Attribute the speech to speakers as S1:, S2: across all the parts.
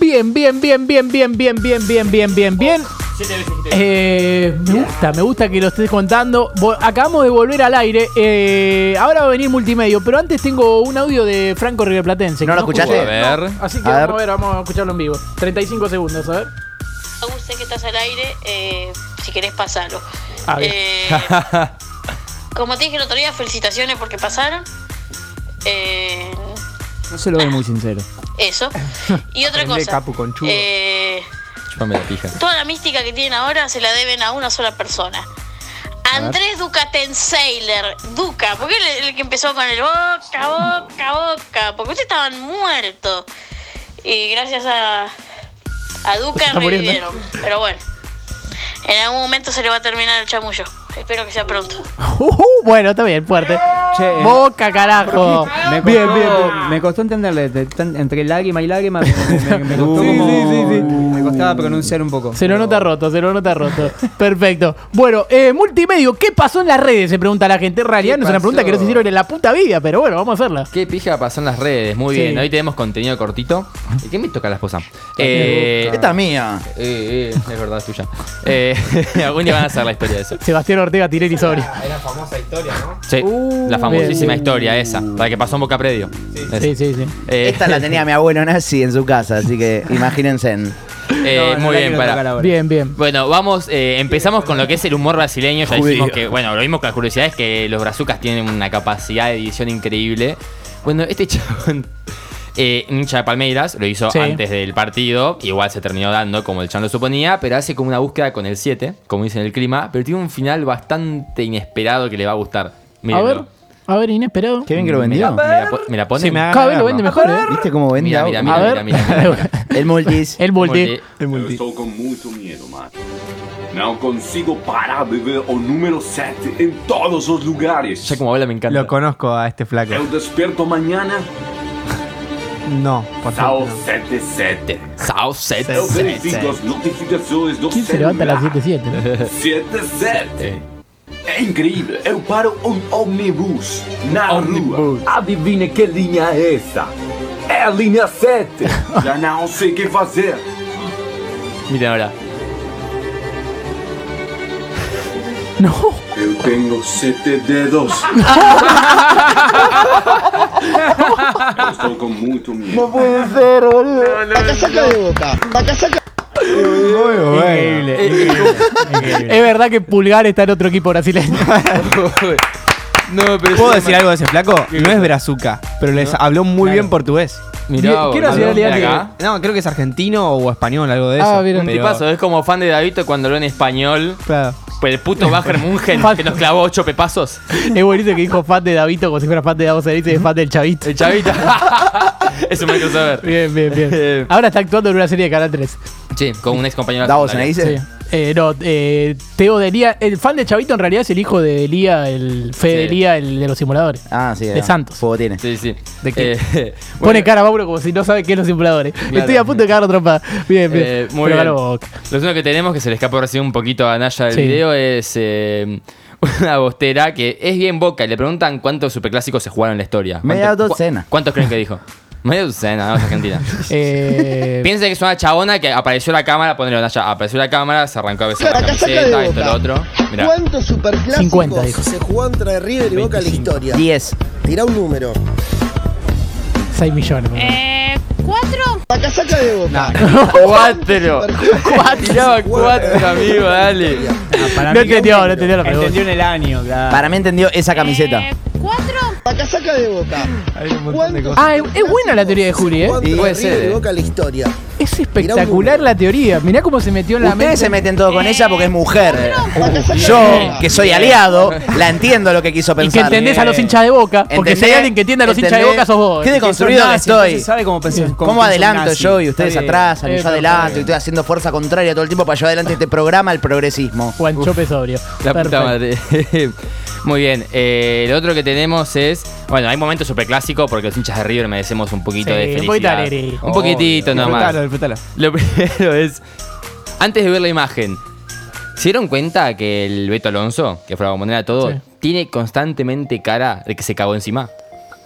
S1: Bien, bien, bien, bien, bien, bien, bien, bien, bien, bien, bien. Eh, me gusta, me gusta que lo estés contando. Vo- Acabamos de volver al aire. Eh, ahora va a venir multimedio, pero antes tengo un audio de Franco Riverplatense.
S2: ¿No
S1: que
S2: lo escuchaste?
S1: escuché.
S3: A ver.
S1: No, así que
S2: A
S1: vamos
S2: ver.
S1: a ver, vamos a escucharlo en vivo. 35 segundos, a ver.
S4: Agus, sé que estás al aire, eh, si querés pasarlo.
S1: Ah, bien.
S4: como te dije el otro día, felicitaciones porque pasaron. Eh,
S5: No se lo ve muy sincero.
S4: eso. Y otra
S5: Aprende,
S4: cosa.
S5: Capu, conchudo.
S4: eh,
S3: Chúpame la pija.
S4: toda la mística que tienen ahora se la deben a una sola persona. Andrés Ducatenseiler, Duca, porque él es el que empezó con el boca, boca, boca, porque ustedes estaban muertos. Y gracias a, a Duca
S1: Está muriendo.
S4: revivieron. Pero bueno, en algún momento se le va a terminar el chamullo. Espero que sea pronto.
S1: Ujú, Uh, bueno, está bien, fuerte.
S3: Eh.
S5: Che,
S1: Boca, carajo.
S5: me costó,
S1: Bien, bien, bien.
S5: Me costó entenderle. de tan- entre lágrima y lágrima me, me- me costó
S1: Sí,
S5: como-
S1: sí, sí, sí.
S5: Me costaba pronunciar un poco.
S1: Se lo nota roto, se lo nota roto. Perfecto. Bueno, eh, multimedio, ¿qué pasó en las redes? Se pregunta la gente. En realidad
S3: ¿Qué
S1: no es una pregunta
S3: pasó?
S1: que no se hicieron en la puta vida, pero bueno, vamos a hacerla.
S3: ¿Qué pija pasó en las redes? Muy
S1: Sí.
S3: bien, hoy tenemos contenido cortito. ¿Y ¿Qué me toca la esposa? Eh,
S2: Esta es mía.
S3: eh, eh, es verdad, es tuya. Eh, algún día van a hacer la historia de eso.
S1: Sebastián Ortega Tireri Sobri.
S6: Era famosa historia, ¿no?
S3: Sí,
S1: Uh,
S3: la famosísima
S1: bien.
S3: historia esa, la que pasó en Boca Predio. Esa.
S1: Sí, sí, sí.
S3: Eh,
S2: Esta la tenía mi abuelo Nazi en su casa, así que imagínense.
S3: eh,
S5: No, no
S3: muy bien,
S5: la quiero
S3: para.
S5: tocar ahora.
S1: Bien, bien.
S3: Bueno, vamos, eh, empezamos con lo que es el humor brasileño. Ya dijimos que, bueno, lo mismo que las curiosidades, que los brazucas tienen una capacidad de edición increíble. Bueno, este chabón, eh, un hincha de Palmeiras, lo hizo
S1: Sí.
S3: antes del partido, igual se terminó dando como el chabón lo suponía, pero hace como una búsqueda con el 7, como dicen en el clima, pero tiene un final bastante inesperado que le va a gustar.
S1: A
S3: Mírenlo.
S1: ver, a ver, inesperado.
S2: Qué bien que lo
S3: ¿Me
S2: vendió.
S3: la, me la po- me la ponen?
S5: Sí, me da-
S1: Cada vez lo vende mejor, ¿eh?
S2: ¿Viste cómo vende?
S3: Mira,
S2: ahora?
S3: mira,
S1: A ver.
S3: mira, mira, mira.
S2: El multis.
S1: El multi.
S7: Eu estou com muito medo, mano. Não consigo parar de ver o número 7 em todos os lugares.
S3: Ya como habla me encanta.
S5: Lo conozco a este flaco.
S7: Eu desperto mañana,
S5: No, por
S7: tá o
S5: favor. no.
S7: 77.
S3: South Set.
S7: Eu verifico as notificaciones do
S1: ¿Quién se levanta a las
S7: celular.
S1: 7-7?
S7: 77. É incrível, eu paro um omnibus na rua. Adivinha que linha é essa? É a linha 7. Já não sei o que fazer.
S3: Miren ahora.
S1: No.
S7: Eu tenho sete dedos. Eu estou com muito medo.
S5: Muy bueno.
S1: Es verdad que Pulgar está en otro equipo brasileño.
S3: No, pero
S5: ¿Puedo decir algo de ese flaco? No es brazuca, pero les habló muy bien portugués.
S3: Mirá,
S1: Qué
S3: boludo.
S1: nacionalidad
S3: Mirá
S1: tiene.
S3: acá.
S5: No, creo que es argentino o español, algo de eso.
S1: Ah, mira.
S3: Un
S5: Pero-
S3: tipazo, es como fan de Davito cuando habló en español.
S5: Claro.
S3: Pues el puto Bajer Mungen que nos clavó ocho pepazos.
S1: es bonito que dijo fan de Davito como si fuera fan de Davos Ariza y es fan del Chavito.
S3: El chavito. Eso me hizo saber.
S1: Bien, bien, bien. Ahora está actuando en una serie de Canal 3.
S3: Sí, con un ex compañero.
S2: Davos, ¿me
S1: Sí.
S2: dice?
S1: Eh, no, eh, Teo de Lía. El fan de Chavito en realidad es el hijo de Lía, el fe de
S3: Sí.
S1: Lía, el de los simuladores.
S2: Ah, sí.
S1: De
S2: no.
S1: Santos.
S2: Fuego tiene.
S3: Sí, sí.
S1: ¿De qué?
S3: Eh,
S1: Pone
S3: bueno,
S1: cara a Mauro como si no sabe qué es los simuladores. Estoy a punto de cagar trompada. Bien, bien.
S3: Eh, muy
S1: Pero
S3: bien.
S1: la boca.
S3: Lo único que tenemos que se le escapó recién un poquito a Naya del
S1: Sí.
S3: video es eh, una bostera que es bien boca. Y le preguntan cuántos superclásicos se jugaron en la historia.
S2: Media
S3: ¿Cuántos-
S2: docena.
S3: cu- ¿Cuántos creen que dijo? Media docena, vamos a Argentina.
S1: Eh,
S3: Piensa que es una chabona que apareció la cámara, ponelo Naya, apareció la cámara, se arrancó a besar la
S8: Acá saca de
S3: camiseta, esto, lo
S8: boca.
S3: otro. Mirá.
S8: ¿Cuántos superclásicos
S1: 50, dijo.
S8: se jugó entre River y Boca en la historia?
S2: 10.
S8: Tirá un número.
S1: 6 millones. boludo.
S4: Eh, ¿Cuatro?
S8: La casaca de Boca.
S3: Cuatro. Cuatro. Tiraba cuatro, amigo, dale.
S1: no entendió, no entendió la
S5: Entendió
S1: pregunta.
S5: en el año, claro.
S2: Para mí entendió esa
S1: Eh,
S2: camiseta.
S4: ¿Cuatro?
S8: La casaca de Boca.
S5: Hay un montón de
S8: ¿Cuántos
S5: cosas.
S1: Ah, es- es buena la teoría de Juli, ¿eh?
S8: jugó entre
S3: Y- puede
S8: River
S3: ser,
S8: y
S3: eh.
S8: Boca en la historia?
S1: Es espectacular la teoría. Mirá cómo se metió en la mente.
S2: Ustedes se meten todo con
S1: Eh.
S2: ella porque es mujer.
S8: La casaca de
S2: Yo,
S8: Boca.
S2: que soy aliado, la entiendo lo que quiso
S1: y que
S2: pensar.
S1: entendés a los
S5: Bien.
S1: hinchas de boca. Porque
S2: ¿Entendés?
S1: si hay alguien que entienda a los hinchas de
S2: ¿Entendés?
S1: boca, sos vos.
S2: ¿Qué
S1: eh.
S2: de construido
S5: Son
S2: que
S5: nazis,
S2: estoy?
S5: entonces sabe cómo pensar.
S2: ¿Cómo adelanto yo y ustedes
S5: Está bien.
S2: atrás? y
S1: Está
S2: Yo
S1: bien,
S2: adelante,
S1: está bien.
S2: y estoy haciendo fuerza contraria todo el tiempo para llevar adelante este programa, el progresismo.
S1: Guanchope sobrio.
S3: La
S1: Perfecto.
S3: puta madre. Muy bien, eh, lo otro que tenemos es. Bueno, hay momentos superclásicos porque los hinchas de River merecemos un poquito
S1: Sí,
S3: de
S1: un
S3: felicidad.
S1: poquito de alegría.
S5: Eh,
S3: Un poquitito nomás.
S5: Disfrutalo, disfrutalo.
S3: Lo primero es. Antes de ver la imagen, ¿se dieron cuenta que el Beto Alonso, que fue la bombonera todo,
S1: Sí.
S3: tiene constantemente cara de que se cagó encima?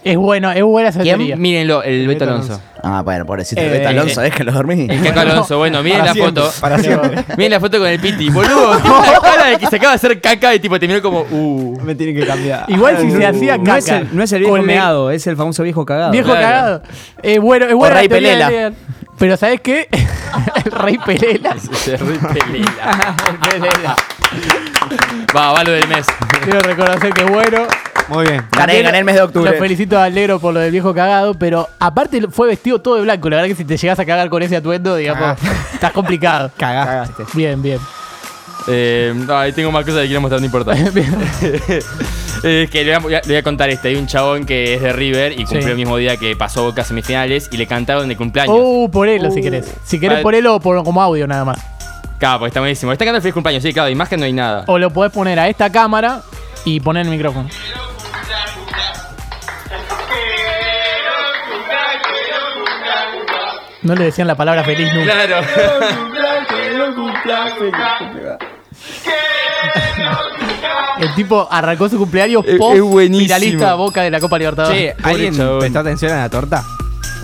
S1: Es bueno, es buena esa
S2: ¿Quién?
S1: teoría.
S3: Mírenlo, el Beto
S5: Beto
S3: Alonso.
S5: Alonso.
S2: Ah, bueno, pobrecito.
S1: Eh,
S2: Beto Alonso,
S3: eh.
S2: déjalo dormir.
S3: El Caco Alonso, bueno, miren
S5: Para
S3: la
S5: siempre,
S3: foto.
S5: para siempre.
S3: Miren la foto con el Piti, boludo. Tiene una cara de que se acaba de hacer caca y tipo te miró como, uh.
S5: Me tiene que cambiar.
S1: Igual si se hacía
S6: No es
S1: caca.
S6: el, no es el viejo
S1: con el-
S6: meado, es el famoso viejo
S5: Ah,
S6: cagado.
S1: Viejo
S3: Claro.
S1: cagado. Eh, bueno, es buena
S2: Rey
S1: teoría
S2: Pelela.
S1: de- Pero ¿sabes qué? el rey Pelela.
S3: Se re pelela. Va, va lo del mes.
S1: Quiero reconocer que es bueno.
S5: Muy bien.
S2: Gané, gané el mes de
S1: Lo
S2: octubre.
S1: felicito a Alegro por lo del viejo cagado, pero aparte fue vestido todo de blanco. La verdad que si te llegas a cagar con ese atuendo, digamos, estás complicado.
S5: Cagaste.
S1: Bien, bien.
S3: Eh, ay, tengo más cosas que quiero mostrar, no importa. Eh, que le voy, a, le voy a contar este. Hay un chabón que es de River y cumplió
S1: Sí.
S3: el mismo día que pasó Boca a semifinales y le cantaron de cumpleaños.
S1: Uh, por él, si querés. Si querés
S3: Vale.
S1: por él o por, como audio nada más.
S3: Capo, está buenísimo. Está cantando feliz cumpleaños, sí, claro, de imagen no hay nada.
S1: O lo podés poner a esta cámara y poner el micrófono. No le decían la palabra feliz nunca.
S3: Claro.
S1: El tipo arrancó su cumpleaños
S5: Es-
S1: post
S5: es buenísimo.
S1: finalista boca de la Copa Libertadores.
S3: Che,
S5: ¿Alguien
S3: chabón.
S5: prestó atención a la torta?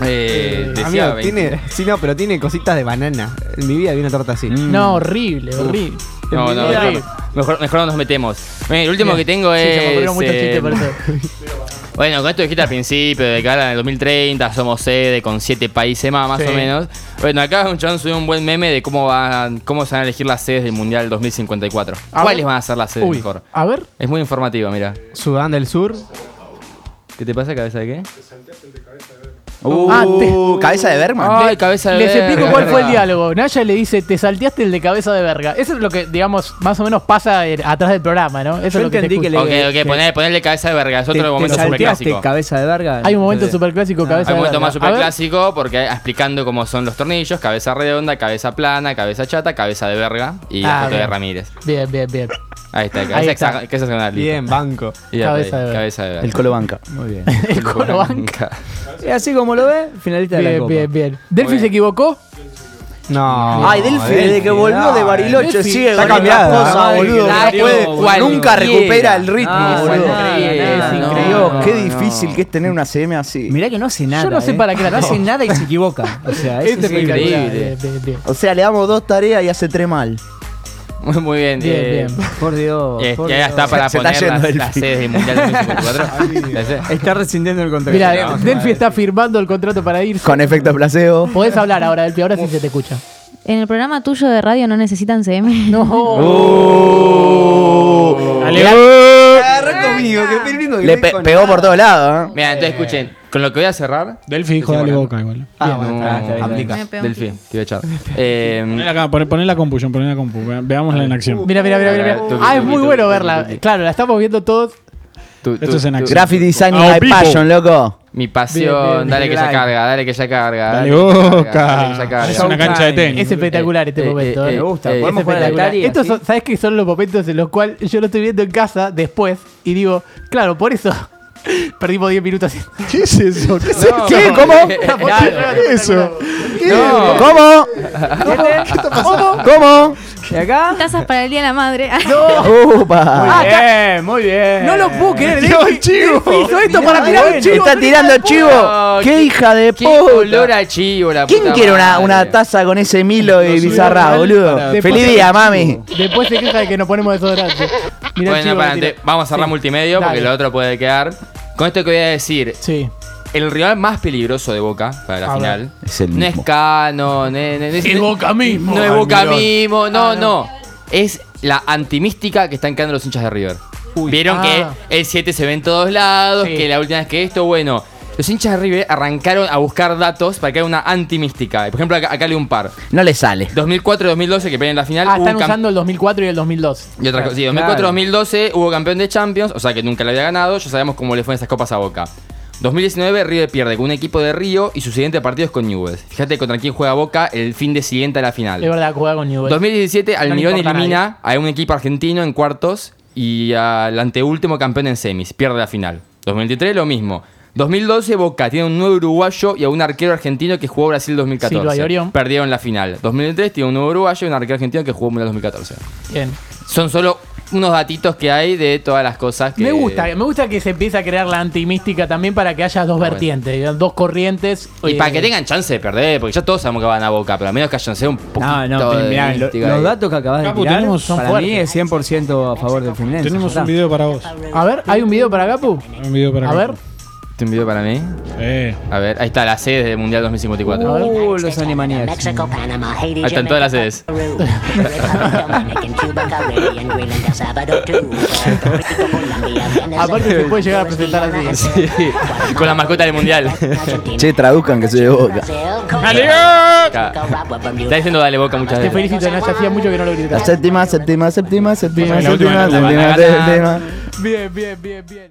S3: Eh, decía
S5: Amigo,
S3: 20.
S5: tiene, sí, no, pero tiene cositas de banana. En mi vida vi una torta así.
S6: Mm.
S1: No, horrible, horrible.
S3: No, no,
S1: Mira.
S3: mejor, mejor, mejor no nos metemos. Bueno, el último
S1: Bien.
S3: que tengo
S1: Sí, se me
S3: es.
S1: ocurrieron muchos
S3: eh,
S1: chistes por eso.
S3: bueno, con esto dijiste al principio, de que ahora en el 2030 somos sede con siete países más, más
S1: Sí.
S3: o menos. Bueno, acá un chabón subió un buen meme de cómo van, cómo se van a elegir las sedes del Mundial 2054.
S1: A
S3: ¿Cuáles
S1: ver.
S3: van a ser las sedes
S1: Ah, Uy,
S3: mejor?
S1: a ver.
S3: Es muy informativa, mira.
S5: Sudán del Sur.
S3: ¿Qué te pasa, cabeza de qué?
S2: Uh,
S1: Ah, te-
S2: cabeza de Berman.
S3: Ay, cabeza de
S1: Les
S3: verga,
S1: explico cuál
S3: es
S1: fue el
S3: verdad.
S1: diálogo. Naya le dice, te salteaste el de cabeza de verga. Eso es lo que, digamos, más o menos pasa eh, atrás del programa, ¿no? Eso es
S6: Yo
S1: lo que se
S6: entendí que
S1: escucha.
S6: le-
S3: Ok, ok, pues. poner- ponerle cabeza de verga. Es
S6: Te,
S3: otro
S6: te
S3: momento super
S6: salteaste
S3: clásico.
S6: cabeza de verga.
S1: Hay un momento
S6: Entonces,
S1: superclásico, cabeza
S3: Ah, Hay un
S1: de verga.
S3: momento más
S1: A
S3: super
S1: ver.
S3: clásico porque explicando cómo son los tornillos, cabeza redonda, cabeza plana, cabeza chata, cabeza de verga y la
S1: Ah,
S3: foto de
S1: bien.
S3: Ramírez.
S1: Bien, bien, bien.
S3: Ahí está,
S1: Ahí
S3: cabeza
S1: está.
S3: hexagonal. Cabeza hexagonal, listo.
S5: Bien, banco.
S3: Y ya,
S1: Cabeza de verga.
S3: cabeza de verga.
S2: El Colo Banca.
S5: Muy bien.
S1: El Colo Banca.
S6: Es así como lo ves, finalista de la
S1: Bien,
S6: Copa.
S1: bien, bien. ¿Delphi se equivocó?
S5: No.
S2: Ay, Delphi, desde que volvió de Bariloche,
S1: Delphi
S2: sigue
S5: está
S2: con la
S5: cambiada,
S2: cosa,
S5: ¿no?
S2: boludo.
S5: Ay,
S2: No
S5: que
S2: puede-
S5: no,
S3: boludo.
S2: nunca recupera el ritmo,
S6: Ah,
S2: boludo.
S6: nada,
S1: nada,
S2: Dios,
S1: no,
S2: Dios, qué
S6: no.
S2: difícil que es tener una CM así.
S6: Mirá que no hace nada.
S1: Yo no sé
S6: eh.
S1: para qué la
S6: No hace
S1: tengo.
S6: nada y se equivoca. O sea, es
S1: Este es
S6: increíble.
S1: espectacular.
S3: increíble.
S1: Bien, bien, bien.
S2: O sea, le damos dos tareas y hace tres mal.
S3: Muy, muy bien.
S1: Bien,
S3: eh,
S1: bien.
S6: Por Dios.
S3: eh,
S6: por
S3: ya
S6: Dios.
S3: está para
S2: Se está
S3: poner
S2: yendo
S3: las,
S2: Delphi.
S3: las sedes del Mundial 2054. Ya sé.
S5: Está rescindiendo el contrato.
S1: Mira, Delphi está firmando el contrato para irse.
S2: Con efecto placebo.
S1: Podés hablar ahora, Delphi, ahora sí se te escucha.
S9: En el programa tuyo de radio no necesitan CM.
S1: No.
S3: Uh.
S5: Agarra conmigo, qué peligro que
S2: Le
S5: no
S2: pe-
S5: con
S2: pegó
S5: nada.
S2: por todos lados, ¿eh?
S3: Mira, entonces escuchen, con lo que voy a cerrar.
S10: Delphi dijo
S3: Decimos
S10: dale
S3: acá.
S10: boca igual.
S5: Ah, bueno, está, está bien, está bien. aplica.
S9: Me pegó un
S3: Delfín, te voy a echar. Eh,
S10: Poné acá, poné, poné la compu, John, poné la compu. Ve- Veámosla en acción.
S1: Mira, mira, mira, mira. Ah, es muy bueno verla. Claro, la estamos viendo todos.
S3: tú-
S10: Esto
S3: tú-
S10: es en
S3: tú-
S10: acción.
S2: Graphic Design
S10: Ah,
S2: by
S10: vivo.
S2: Passion, loco.
S3: Mi
S1: Bien,
S3: pasión,
S1: bien,
S3: dale que ya
S5: Live.
S3: carga, dale que ya carga.
S10: Dale
S3: que ya carga,
S10: boca.
S3: dale que ya carga.
S10: Es una cancha de tenis.
S1: Es espectacular
S3: Eh,
S1: este
S3: eh,
S1: momento.
S3: eh,
S1: ¿eh?
S3: me gusta.
S1: Es
S6: Podemos jugar al
S1: espectacular.
S6: Atari,
S1: Estos,
S6: así.
S1: son- ¿sabes que Son los momentos en los cuales yo lo estoy viendo en casa después y digo, claro, por eso perdimos 10 minutos.
S10: ¿Qué es eso? ¿Qué es
S3: No.
S2: ¿Qué? ¿Cómo?
S10: eso?
S3: No.
S2: ¿Cómo?
S1: ¿Cómo?
S2: ¿Cómo?
S6: ¿Y acá?
S9: Tazas para el Día de la Madre.
S2: ¡Upa!
S5: Bien, muy bien.
S1: Ah, No lo puedo creer.
S10: Tiró
S1: Delphi.
S10: el chivo.
S1: Delphi hizo esto para tirar un chivo.
S2: Está
S1: pero hija
S2: tirando
S1: de
S2: el chivo.
S1: puta.
S3: No,
S2: ¡Qué hija de
S3: Qué olor
S2: puta!
S3: a chivo, la
S2: ¿Quién
S3: puta
S2: quiere una,
S3: madre.
S2: una taza con ese Milo y
S1: subimos
S2: bizarra,
S1: al-
S2: boludo?
S1: para-
S2: ¡Feliz
S1: después-
S2: día, mami!
S1: Después se queja de que nos ponemos desodorante. Mirá el
S3: Bueno,
S1: chivo
S3: para,
S1: que tira.
S3: te- vamos a cerrar
S1: Sí.
S3: multimedia porque
S1: Dale.
S3: lo otro puede quedar. Con esto que voy a decir,
S1: Sí.
S3: el rival más peligroso de Boca para la
S1: A ver.
S3: final
S2: Es el
S3: no es
S2: mismo.
S3: Cano, no es, no es- no es-
S1: mismo.
S3: no es Boca mismo, no, no. Es la antimística que están quedando los hinchas de River. Vieron
S1: Ah.
S3: que el 7 se ve en todos lados,
S1: Sí.
S3: que la última vez que esto, bueno. Los hinchas de River arrancaron a buscar datos para que haya una antimística. Por ejemplo, acá, acá leo un par.
S2: No le sale.
S3: 2004-2012 que pelean la final.
S1: Ah,
S3: hubo
S1: están
S3: un cam-
S1: usando el 2004 y el 2002.
S3: y otra cosa, sí, 2004-2012 hubo campeón de Champions, o sea que nunca lo había ganado, ya sabemos cómo le fue en esas copas a Boca. 2019 River pierde con un equipo de Río y su siguiente partido es con Newell's. Fíjate contra quién juega Boca el fin de siguiente a la
S1: Es
S3: final.
S1: verdad, jugaba con Newell's.
S3: 2017 Almirón
S1: pues. importa a
S3: elimina a un equipo argentino en cuartos y al anteúltimo campeón en semis, pierde la final. 2023 lo mismo. 2012 Boca tiene un nuevo uruguayo y a un arquero argentino que jugó
S1: Silva
S3: Brasil
S1: y
S3: 2014.
S1: Orión.
S3: Perdieron la final. 2023 tiene un nuevo uruguayo y un arquero argentino que jugó Mundial 2014.
S1: Bien.
S3: Son solo unos datitos que hay de todas las cosas que.
S1: Me gusta, me gusta que se empiece a crear la antimística también para que haya dos
S3: Ah, bueno.
S1: vertientes, dos corrientes.
S3: Y
S1: eh,
S3: para que tengan chance de perder, porque ya todos sabemos que van a boca, pero al menos que hayan sido un poquito.
S6: No, no, pero
S3: de
S6: mirá, lo-
S3: mística
S6: los
S3: ahí.
S6: datos que acabas de
S10: Capu,
S6: tirar
S10: tenemos- son
S6: para mí
S1: fuertes.
S6: es 100% a favor del Fluminense.
S10: Tenemos
S6: ya
S10: un
S6: está.
S10: video para vos.
S1: A ver, ¿hay un video para Capu?
S10: Un video para
S1: A ver.
S10: acá.
S3: ¿Te envío para mí?
S10: Eh.
S3: A ver, ahí está la sede del Mundial 2054.
S6: Uh, los animaniacs.
S3: Ahí están todas las sedes.
S10: Eh.
S1: Aparte se puede llegar a presentar así.
S3: Sí, Con la mascota del Mundial.
S2: Che, traduzcan que soy de boca.
S3: Está diciendo dale boca muchas
S6: Este
S1: Te
S3: veces.
S1: felicito, Nacho, hacía mucho que no lo
S2: La
S1: gritaba.
S2: séptima, séptima, séptima, séptima,
S10: Bien,
S2: séptima,
S10: la última,
S2: séptima,
S3: la última.
S2: séptima.
S1: Bien, bien, bien, bien.